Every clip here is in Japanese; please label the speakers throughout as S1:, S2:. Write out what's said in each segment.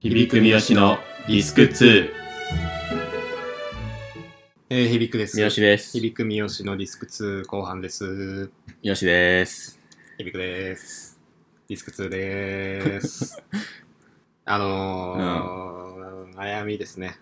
S1: 響く三好のリスク2。
S2: えー、響くです。
S1: 三好です。
S2: 響く三好のディスク2後半です。
S1: 三好です。
S2: 響くです。ディスク2で ーす。あのー悩みですね。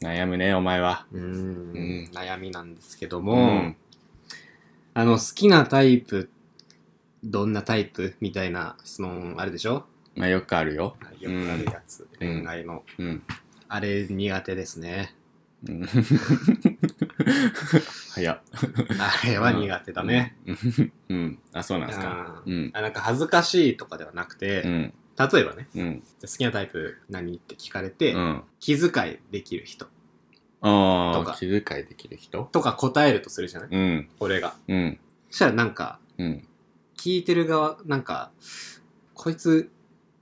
S1: 悩むね、お前は。
S2: うーん
S1: ん
S2: 悩みなんですけども、あの、好きなタイプ、どんなタイプみたいな質問あるでしょ
S1: まあ、よくあるよ。
S2: よくあるやつ。
S1: うん
S2: 恋愛の。
S1: うん。
S2: あれ苦手です ね。
S1: うん早っ。
S2: あれは苦手だね。
S1: うん。うん。あ、そうなんですか。
S2: あ
S1: う
S2: ー
S1: ん。
S2: あなんか恥ずかしいとかではなくて、
S1: うん。
S2: 例えばね、
S1: うん。
S2: 好きなタイプ何って聞かれて、
S1: うん。
S2: 気遣いできる人
S1: あ
S2: と
S1: あ、
S2: か
S1: 気遣いできる人
S2: とか答えるとするじゃない、
S1: うん。
S2: 俺が。
S1: うん。
S2: そしたらなんか、
S1: うん。
S2: 聞いてる側、なんか、こいつ、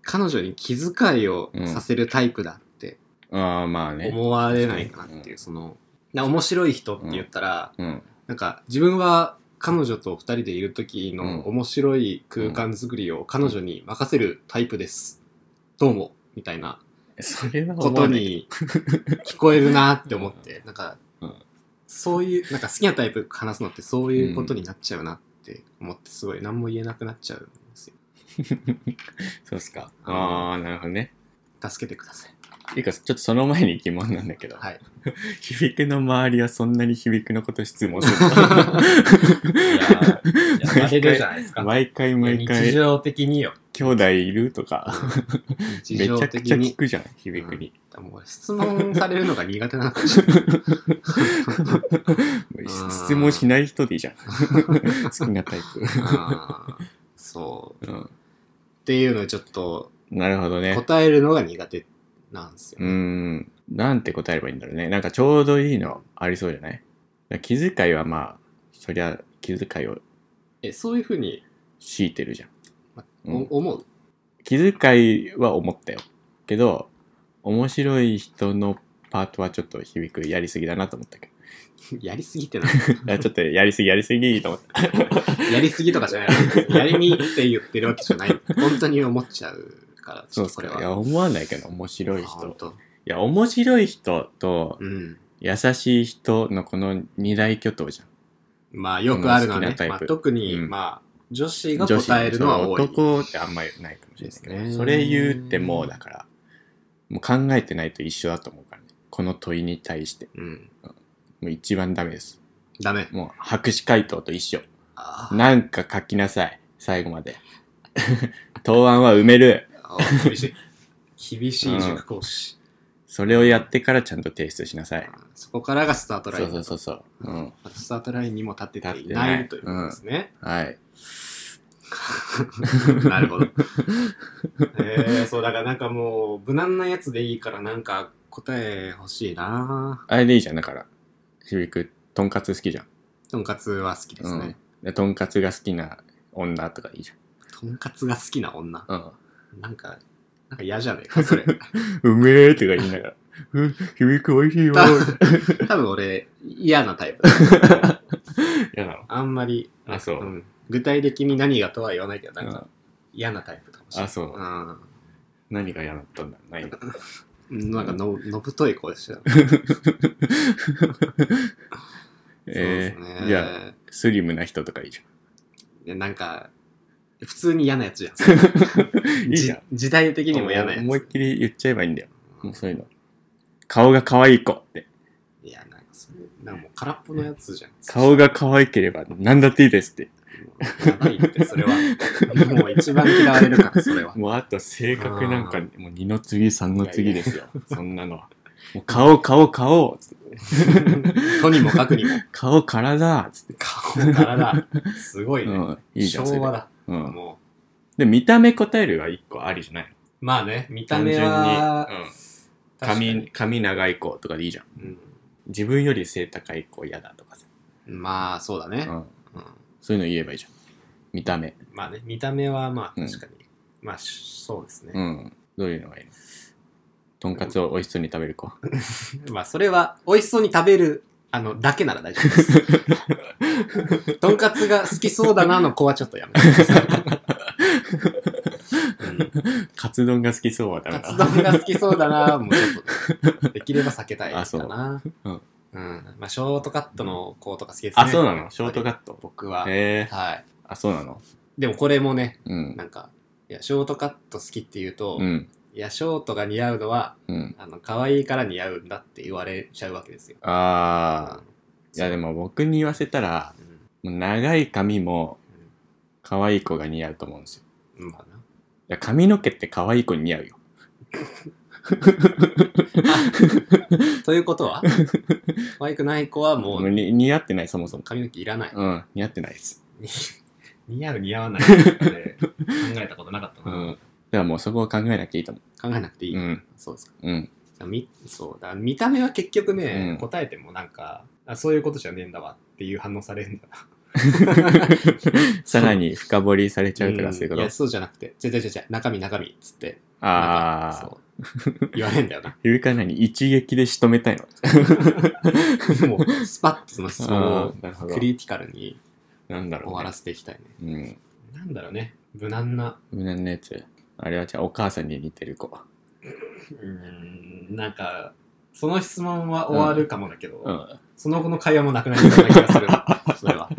S2: 彼女に気遣いをさせるタイプだって
S1: ああ、まあね。
S2: 思われないかなっていう、その、な面白い人って言ったら、
S1: うん。
S2: なんか自分は彼女と二人でいる時の
S1: うん
S2: 面白い空間作りを彼女に任せるタイプです。どうも、みたいな
S1: それは
S2: こ
S1: 思わ
S2: と
S1: ない。
S2: に聞こえるなって思って、なんか
S1: うん、
S2: そういう、なんか好きなタイプ話すのってそういうことになっちゃうなって思って、すごい何も言えなくなっちゃうんですよ。
S1: そうっすか。
S2: あの
S1: ああ、なるほどね。
S2: 助けてください。
S1: ていうか、ちょっとその前に疑問なんだけど。
S2: はい。
S1: 響くの周りはそんなに響くのこと質問するの
S2: いや
S1: ーやられるじゃ
S2: ないです。
S1: 毎回毎
S2: 日
S1: 回、
S2: 常的によ。
S1: 兄弟いるとか、
S2: 日
S1: めち
S2: 常
S1: ゃく
S2: 的
S1: ちゃ
S2: に
S1: 聞。くじゃん、響くに。
S2: もう質問されるのが苦手なのかもしれない。
S1: もう質問しない人でいいじゃん。 好きなタイ
S2: あーそう。
S1: プ。うん、
S2: っていうのをちょっと
S1: なるほどね。
S2: 答えるのが苦手なんですよ
S1: う
S2: ね。
S1: ん。なんて答えればいいんだろうね。なんかちょうどいいのありそうじゃないだから気遣いはまあ、そりゃ気遣いを
S2: え、そういうふうに、
S1: 強いてるじゃん。
S2: お
S1: うん
S2: 思う
S1: 気遣いは思ったよけど面白い人のパートはちょっと響くやりすぎだなと思ったけ
S2: やりすぎてない。
S1: ど あちょっとやりすぎやりすぎと思った
S2: やりすぎとかじゃない。やりにって言ってるわけじゃない。本当に思っちゃうから、ち
S1: そ
S2: ょ
S1: う
S2: っ
S1: っ
S2: と
S1: すか
S2: これ
S1: いや
S2: は。
S1: 思わないけど面白い
S2: あ本
S1: 人
S2: 当
S1: いや面白い人と
S2: うん。
S1: 優しい人のこの二大巨頭じ
S2: まあ、よくあるのは
S1: 好
S2: ね
S1: きなタイ。プ
S2: まあ、特に、
S1: うん
S2: まあ、女
S1: ゃ
S2: 子
S1: ん
S2: が答えるのは
S1: 女
S2: 多
S1: 子
S2: い。
S1: 男ってあんまりないかもしれないけど、
S2: ですね
S1: それ言うってもうだからもう考えてないと一緒だと思うからねこの問いに対して
S2: うん。
S1: もう一番ダメです
S2: ダメ。
S1: もう白紙回答と一緒
S2: あー
S1: なんか書きなさい。最後まで。 答案は埋める。
S2: あー厳し い。厳しい塾講師。
S1: それをやってからちゃんと提出しなさい。
S2: あーそこからがスタートライ
S1: そ
S2: ン
S1: う
S2: だ
S1: そ
S2: と。
S1: うそうそう。うん。
S2: まあスタートラインにも立てて
S1: 立っ
S2: い
S1: てな
S2: ないいということですね。
S1: はい。
S2: なる ほど。えー、そう、だからなんかもう、無難なやつでいいから、なんか答え欲しいな
S1: あれでいいじゃん。だから、響く、とんかつ好きじゃん。
S2: とんかつは好きですね。
S1: でとんかつが好きな女とかいいじ
S2: とんかつが好きな女。
S1: ゃん。
S2: なんか、なんか嫌じゃね えか、それ。
S1: うん。うめえとか言いながら。 うん、響くおいしいよ。
S2: 多分俺、嫌なタイプ。
S1: 嫌なの
S2: あんまり、
S1: あそうん
S2: 具体的に何がとは言わないけど、なんか嫌なタイプかもしれ
S1: あ、
S2: ない。
S1: そう。
S2: うん
S1: 何が嫌だったんだろうない
S2: なんかの、のぶとい子でしたよ。
S1: え
S2: そうです
S1: ー、
S2: ね
S1: じゃあ、スリムな人とかいいじ
S2: でなんか、普通に嫌なやつじゃん。
S1: ゃ ん。いいじゃん。
S2: じ時代的にも嫌なや
S1: 思いっ
S2: つ。
S1: きり言っちゃえばいいんだよ。もうそういうの。顔が可愛い子って。
S2: いや、なんかそれ、なんかもう空っぽのやつ じゃん。
S1: 顔が可愛ければ何だっていいですって。
S2: やばいって、それは。もう一番嫌われるから、それは。
S1: もうあと性格なんか
S2: あ
S1: もう二の次三の次ですよ。そんなのは。もう顔顔顔つって
S2: とにもかくにも。
S1: 顔体つって。
S2: 顔からだ。すごいうね。
S1: ん。いいじゃん。それ
S2: 昭
S1: で
S2: 和だ。
S1: うん。
S2: も。
S1: で、見た目答えるは一個ありじゃないう
S2: まあね、見た
S1: 単
S2: 目
S1: 純に。
S2: は、
S1: うん
S2: 確かに
S1: 髪、髪長い子とかでいいじゃん。
S2: うん
S1: 自分より背高い子嫌だとかさ。
S2: まあ、そうだね
S1: う。ん。
S2: うん
S1: そういうの言えばいいじゃん。見た目。
S2: まあね、見た目はまあ
S1: うん
S2: 確かに。まあ、しそうです
S1: う
S2: ね。
S1: ん。どういうのがいいのとんかつを美味しそうに食べる子。
S2: まあ、それは、美味しそうに食べる、あの、だけなら大丈夫 です。とんかつが好きそうだなの子はちょっとやめてください。うん
S1: カツ丼が好きそうはダメ
S2: カツ
S1: だ。
S2: 丼が好きそう だな、もうちょっと、できれば避けたい
S1: あそう
S2: かな。
S1: うん
S2: うん。まあ、ショートカットの子とか好きですね。
S1: あ、そうなのショートカ
S2: ット。
S1: ット。
S2: 僕は。
S1: へえ。
S2: はい。
S1: あ、そうなの
S2: でもこれもね、
S1: うん。
S2: なんか、いや、ショートカット好きって言うと、
S1: うん。
S2: いや、ショートが似合うのは、
S1: うん。
S2: あの、可愛いから似合うんだって言われちゃうわけですよ。
S1: ああ。いや、でも僕に言わせたら、
S2: うん
S1: もう長い髪も可愛い子が似合うと思うんですよ。
S2: うん。まあな。
S1: いや髪の毛って可愛い子に似合うよ。
S2: というこ とは、可愛くない子はも
S1: もう
S2: う、
S1: に似合ってない、そもそも。
S2: 髪の毛いらない。
S1: うん。似合ってないです。
S2: 似合う似合 わないって考えたことなかった
S1: う
S2: な。
S1: ん。だからもうそこを考えなきゃいいと思。
S2: 考えなくていうい。
S1: うん。
S2: そうですか。
S1: うん。
S2: じゃあみそうだ見た目は結局ね、
S1: うん
S2: 答えてもなんかあそういうことじゃねえんだわっていう反応されるんだ な
S1: さらに深掘りされちゃうと
S2: う
S1: か
S2: ん
S1: そういうこ
S2: い
S1: と
S2: や。そうじゃなくてじゃじゃじゃじゃ中身中身っつって
S1: ああ。
S2: そう言われんだよな
S1: ゆうかなに一撃で仕留めたいの。
S2: もうスパッとその質問を
S1: あーなるほど
S2: ク。リティカルに
S1: なんだろう、ね。
S2: 終わらせていきたいね
S1: うん。
S2: なんだろうね無難な
S1: 無難なやつ。あれはじゃあお母さんに似てる子。
S2: うーんなんかその質問は終わるかもだけど、
S1: うん。
S2: その後の会話もなくなりそうな気がするわそれは。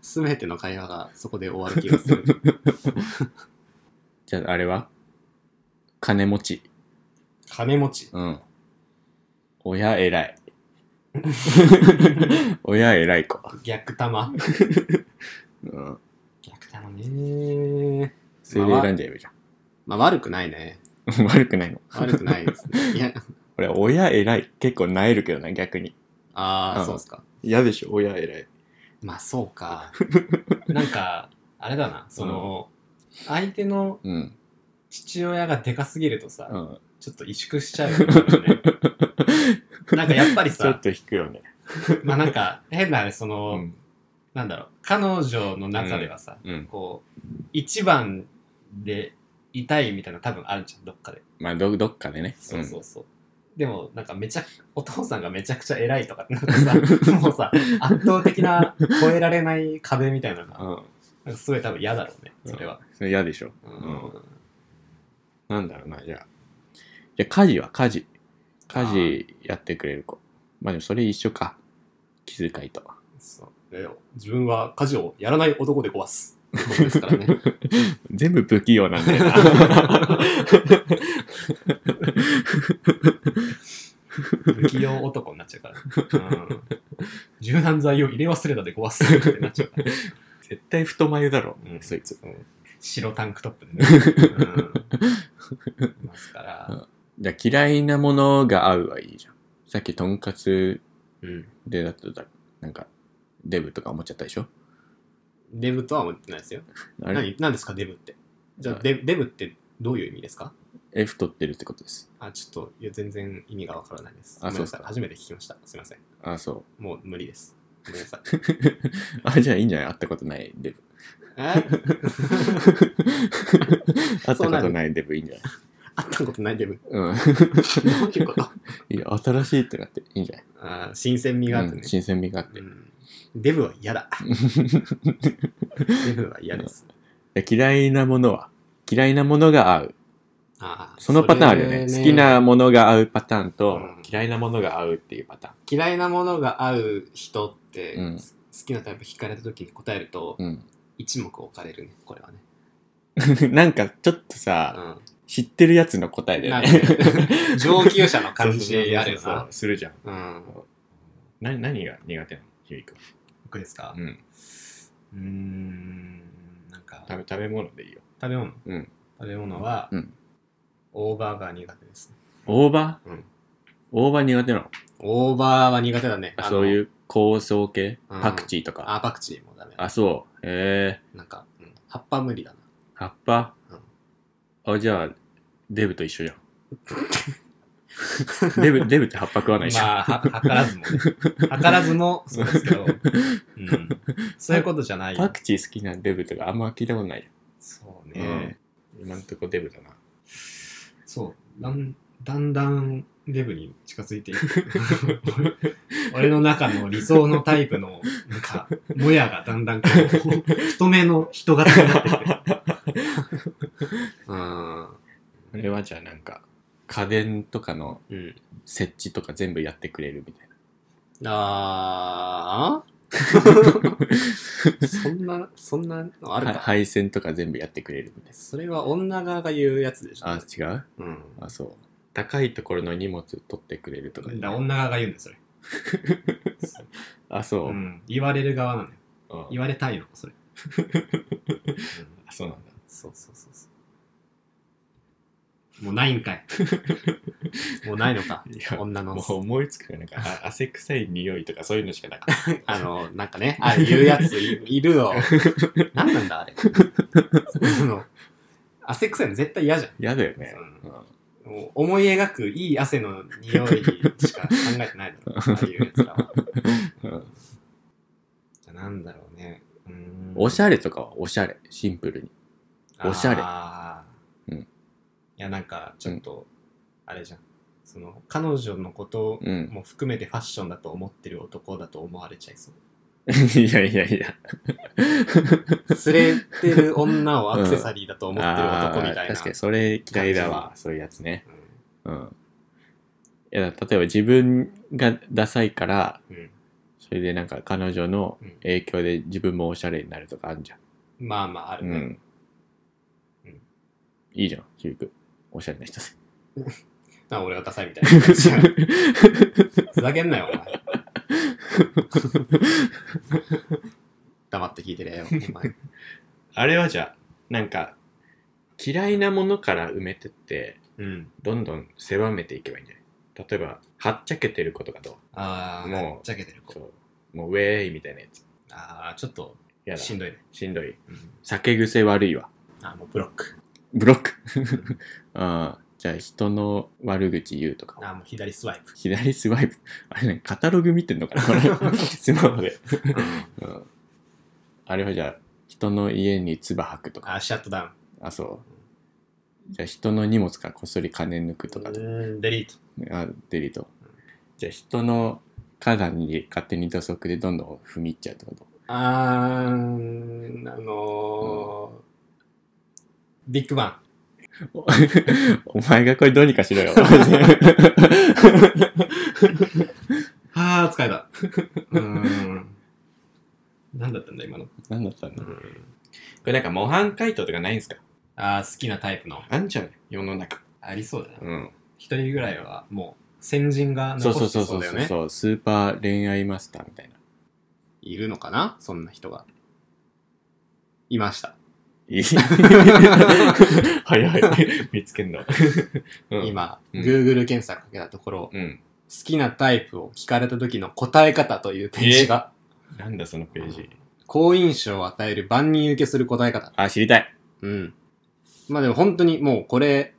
S2: すべての会話がそこで終わる気がする。
S1: じゃああれは金持ち。
S2: 金持ち。
S1: うん。親偉 い。親偉い子。
S2: 逆玉。
S1: うん。
S2: 逆玉ね。
S1: それで選んじゃえばいいじ
S2: まあ悪くないね。
S1: ゃん。 悪くないの。
S2: 悪くないです ね。いや、
S1: 俺、親偉い。結構なえるけどな、逆に。
S2: あ
S1: う
S2: あ、
S1: ん
S2: そうですか。
S1: 嫌でしょ、親偉い。
S2: まあそう か。なんか、あれだな、その、相手の
S1: うん。
S2: 父親がでかすぎるとさ、
S1: うん。
S2: ちょっと萎縮しちゃうよ ね。なんかやっぱり
S1: ちょ
S2: さ
S1: っ、と引くよね。
S2: まあなんか変なあれ、その、
S1: うん。
S2: なんだろう、彼女の中ではさ、
S1: うん。
S2: こう、一番でいたいみたいな多分あるじゃん、どっかで。
S1: まあ、ど、どっかでね。。
S2: そうそううそう。でも、なんかめちゃ、お父さんがめちゃくちゃ偉いとかって、なんか さ、もうさ、圧倒的な超えられない壁みたいなのが、
S1: うん。
S2: なんかすごい多分嫌だろうね、それは。
S1: それ嫌でしょ。
S2: うん。
S1: なんだろうな、じゃあ。じゃあ、家事は家事。家事やってくれる子。まあでもそれ一緒か。気遣いと。
S2: そうで自分は家事をやらない男で壊す。僕ですからね。
S1: 全部不器用なんだよな。
S2: 不器用男になっちゃうから。うん。柔軟剤を入れ忘れたで壊すってなっちゃうから。
S1: 絶対太眉だろ、
S2: うん
S1: そいつ。
S2: うん白タンクトップで ね。うん。いますから。
S1: じゃあ、嫌いなものが合うはいいじゃん。さっき、とんかつ
S2: うん。
S1: でだったら、なんか、デブとか思っちゃったでしょ
S2: デブとは思ってないですよ。
S1: あれ
S2: 何何ですかデブってじゃあ
S1: はい
S2: デデブってどういう意味ですか
S1: え、太ってるってことです。
S2: あちょっといや全然意味がわからないです
S1: あ
S2: ごめんなさ
S1: そう
S2: い
S1: ですか
S2: 初めて聞きましたすいません
S1: あ、そ。
S2: もう無理ですごめんなさいう
S1: あ、じゃあいいんじゃない会ったことないデ ブ。
S2: え
S1: 会ったことないデブいいんじゃない
S2: 会ったことないデブ
S1: うん。
S2: どういうこと
S1: いや、新しいってなっていいんじゃない
S2: あ新鮮味があって
S1: う
S2: ね
S1: ん、新鮮味があって
S2: う。んデブは嫌だデブは 嫌です
S1: で嫌いなものは嫌いなものが合う。
S2: あー
S1: そのパターンあるよね。
S2: それ
S1: 好きなものが合うパターンと、
S2: うん
S1: 嫌いなものが合うっていうパタ
S2: 嫌いなものが合う人って、
S1: うん
S2: す好きなタイプ聞かれた時に答えると、
S1: ーン。
S2: 一目置かれるねこれはね、
S1: うん。 なんかちょっと
S2: う
S1: さ、
S2: ん、
S1: 知ってるやつの答えだよ
S2: なん
S1: ね。
S2: か ね上級者の感じあるよ
S1: そうそうそう
S2: な
S1: そう。するじゃん。
S2: うん。
S1: な何が苦手なの響く
S2: 僕ですか
S1: ん。
S2: うーん。なんか、
S1: 食べ食べ物でいいよ。
S2: 食べ物
S1: うん
S2: 食べ物は
S1: うん、
S2: オーバーが苦手ですね。
S1: 大葉
S2: うん
S1: 大葉苦手なの
S2: オーバーは苦手だね。。
S1: あそういうう香草系
S2: うん
S1: パクチーとか。
S2: あ、パクチーもダメ。
S1: あ、そう。へえ。
S2: なんか、うん葉っぱ無理だな。
S1: 葉っぱあ、じゃあ、デブと一緒じゃ ん。デブ、デブって葉っぱ食わないでしょ。
S2: まあ、は図らずも ね。図らずも、そうですけど、うん。そういうことじゃない
S1: パ
S2: よ。
S1: クチー好きなデブとかあんま聞いたことないよ。
S2: そうね。
S1: 今んとこデブだな。
S2: そう。だんだんだんデブに近づいていく。 俺の中の理想のタイプの、なんか、もやがだんだんこう、太めの人型になってきて。 あ
S1: これはじゃあなんか、家電とかの
S2: ーうん。
S1: 設置とか全部やってくれるみたいな。
S2: あーそんな、そんなのある
S1: は
S2: か。
S1: 配線とか全部やってくれるみたい
S2: それは女側が言うやつでしょ。
S1: な。あ、違う
S2: うん。
S1: あ、そう。高いところの荷物取ってくれるとか、
S2: だ女側が言うんだよ、それ。
S1: あ、そう。
S2: うん。言われる側なのよ。
S1: うん
S2: 言われたいの、そ れ。うん
S1: あそうなんだ。
S2: そうそうそうそう。もうない んかい。もうないのか。
S1: いや
S2: 女の
S1: もう思いつ くよなんか、あ汗臭い匂いとかそういうのしかなかった。
S2: あの、なんかね、あ言うやついいるよ。なんなんだ、あれ。その汗臭いの絶対嫌じゃ
S1: 嫌だよね。
S2: う
S1: うん
S2: ん。もう思い描くいい汗の匂いしか考えてないだろう、ああいうやつら は。
S1: うん
S2: なんだろうね。うーん
S1: おしゃれとかはおしゃれ。シンプルに。おしゃれ
S2: あー
S1: うん
S2: いや、なんか、ちょっと、あれじゃん。その、彼女のこと
S1: うん。
S2: も含めてファッションだと思ってる男だと思われちゃいそう。
S1: いやいやいや。
S2: 連れてる女をアクセサリーだと思ってる
S1: あ
S2: 男
S1: ー
S2: みたいな。
S1: 確かにそれ嫌いだ
S2: 感
S1: わ。そういうやつね。うん。いや、例えば自分がダサいから、
S2: うんうん
S1: それでなんか彼女の
S2: うん
S1: 影響で自分もおしゃれになるとかあるじゃん。
S2: まあまあある
S1: う
S2: ね。
S1: ん。
S2: うん
S1: いいじゃん、ひゅうく。おしゃれな人で。
S2: な俺がダサいみたいな。ふざけんなよ、お前。黙って聞いてれよ、お前。
S1: あれはじゃあ、なんか、嫌いなものから埋めてって、
S2: うん。
S1: どんどん狭めていけばいいんじゃない例えば、はっちゃけてることがど
S2: ああ、
S1: もう
S2: もう、じゃけて
S1: う
S2: る子。
S1: う。もう、ウェーイみたいなやつ。
S2: ああ、ちょっと、
S1: やだ。
S2: しんどいね。
S1: しんどい。
S2: うん
S1: 酒癖悪いわ。
S2: あーもうブロック。
S1: ブロック。ああ、じゃあ人の悪口言うと
S2: あ
S1: か。
S2: ーもう左スワイプ。
S1: 左スワイプ。あれね、カタログ見てんのかな これスマホで。うん。あれはじゃあ、人の家に唾吐くとか。
S2: あーシャットダウン。
S1: あ、そう。じゃあ人の荷物からこっそり金抜くとか。
S2: うん、デリート。
S1: あ、デリート。じゃあ人の花壇に勝手に土足でどんどん踏み入っちゃうってこと。
S2: あー、あのー、ビッグバ
S1: おお前がこれどうにかしろ よ。
S2: ン。あー、疲れた。うーん。何だったんだ、今の。
S1: 何だったんだ
S2: う
S1: こ
S2: ん
S1: れなんか模範解答とかないんすか
S2: あー、好きなタイプの。
S1: あんじゃない世の中。
S2: ありそうだな。
S1: うん。
S2: 一人ぐらいは、もう、先人が
S1: そうそ
S2: 残
S1: う
S2: し
S1: そうそ
S2: てそう
S1: う
S2: だよ
S1: そう、
S2: ね。
S1: スーパー恋愛マスターみたいな。
S2: いるのかなそんな人が。いました。
S1: いい はいはい。見つけんの。うん、。
S2: 今、
S1: うん
S2: Google 検索かけたところ、好
S1: うん。
S2: きなタイプを聞かれた時の答え方というページが。
S1: なんだそのページ。
S2: 好印象を与える万人受けする答え方。
S1: あ、知りたい。
S2: うん。まあでも本当にもうこれ、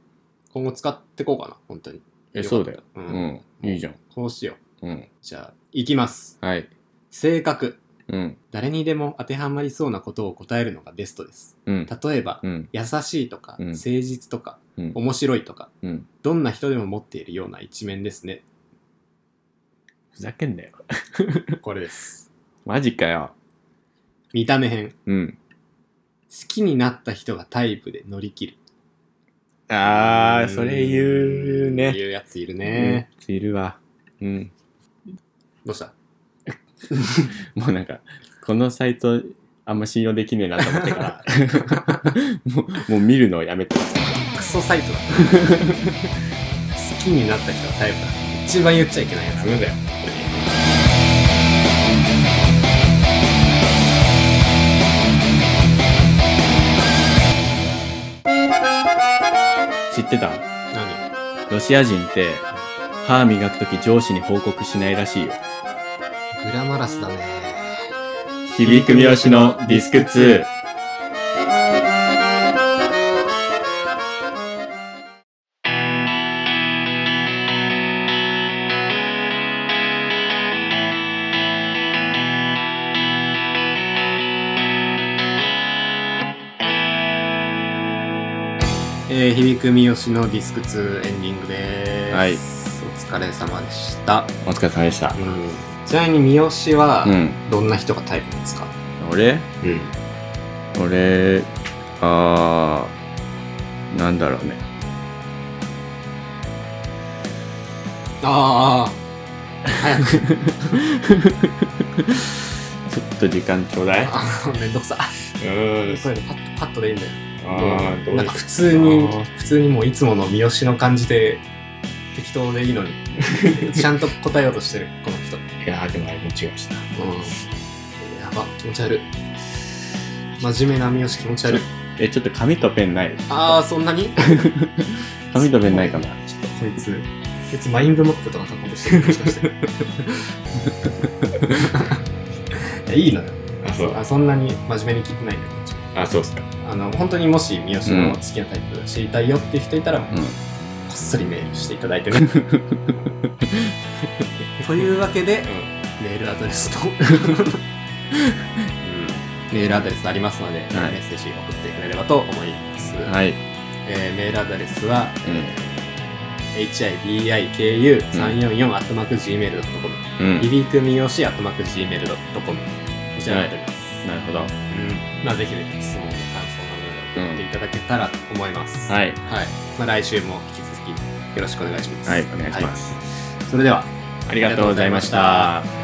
S2: 今後使ってこうかな、本当に。
S1: え、そうだよ。
S2: う
S1: うんん。いいじゃん。
S2: こうしよう。
S1: うん。
S2: じゃあ、いきます。
S1: はい。
S2: 性格。
S1: うん。
S2: 誰にでも当てはまりそうなことを答えるのがベストです。
S1: うん。
S2: 例えば、
S1: うん。
S2: 優しいとか、
S1: うん
S2: 誠実とか、
S1: うん。
S2: 面白いとか、
S1: うん。
S2: どんな人でも持っているような一面ですね。
S1: ふざけんなよ。
S2: これです。
S1: マジかよ。
S2: 見た目編。好
S1: うん。
S2: きになった人がタイプで乗り切る。
S1: あー、それ言うね。
S2: 言うやついるね。
S1: うんいるわ。うん。
S2: どうした
S1: もうなんか、このサイト、あんま信用できねえなと思って から、もう、もう見るのをやめてます。
S2: クソサイト だ好きになった人はタイプだ一番言っちゃいけないやつ
S1: ダメだよ。知ってた
S2: 何
S1: ロシア人って、歯磨くとき上司に報告しないらしいよ。
S2: グラマラスだね
S1: 響く三好のディスク2。
S2: えー、響く三好のディスク2エンディングです
S1: はい
S2: お疲れ様でした、
S1: お疲れ様でした
S2: う。ん、ちなみに三好は
S1: うん。
S2: どんな人がタイプなんですか
S1: 俺
S2: うん
S1: 俺、あー、なんだろうね。
S2: ああ。早 く。
S1: ちょっと時間ちょうだい。う
S2: あーめんどくさ。
S1: ーん
S2: こういうのパッと、パッとでいいんだよ。
S1: あー、どう
S2: な
S1: で
S2: んか
S1: し
S2: 普通に
S1: あー、
S2: 普通にもういつもの三好の感じで、適当で いいのに。ちゃんと答えようとしてる、この人。うん。
S1: いやー、でもあれも違うしな。
S2: やば、気持ち悪い。真面目な三好気持ち悪い。
S1: え、ちょっと紙とペンない
S2: ああ、そんなに
S1: 紙とペンないかな。
S2: ちょっとこいつ、こいつマインドマップとか書こうとしてるもしか して。いやいいのよ。
S1: あ、そう。
S2: あそんなに真面目に聞いてないんだけど。
S1: あ、そうっすか。
S2: あの本当にもし三好の好きなタイプ知りたいよっていう人いたら、こ
S1: う
S2: っそりメールしていただいてね。 というわけで、メールアドレスとメールアドレスありますので、
S1: はい
S2: メッセージを送ってくれればと思います。
S1: ん。はい。
S2: えーメールアドレスは、
S1: う
S2: hibiku344-gmail.com、
S1: ん。うん。
S2: 響く三好 -gmail.com こちらになっております。
S1: なるほど。
S2: うんまあ、ぜひぜひ質問や感想などを送っていただけたらと思います。
S1: はい。
S2: はい。まあ、来週も引き続きよろしくお願いします。
S1: はい、お願いします。
S2: す。それでは。
S1: ありがとうございました。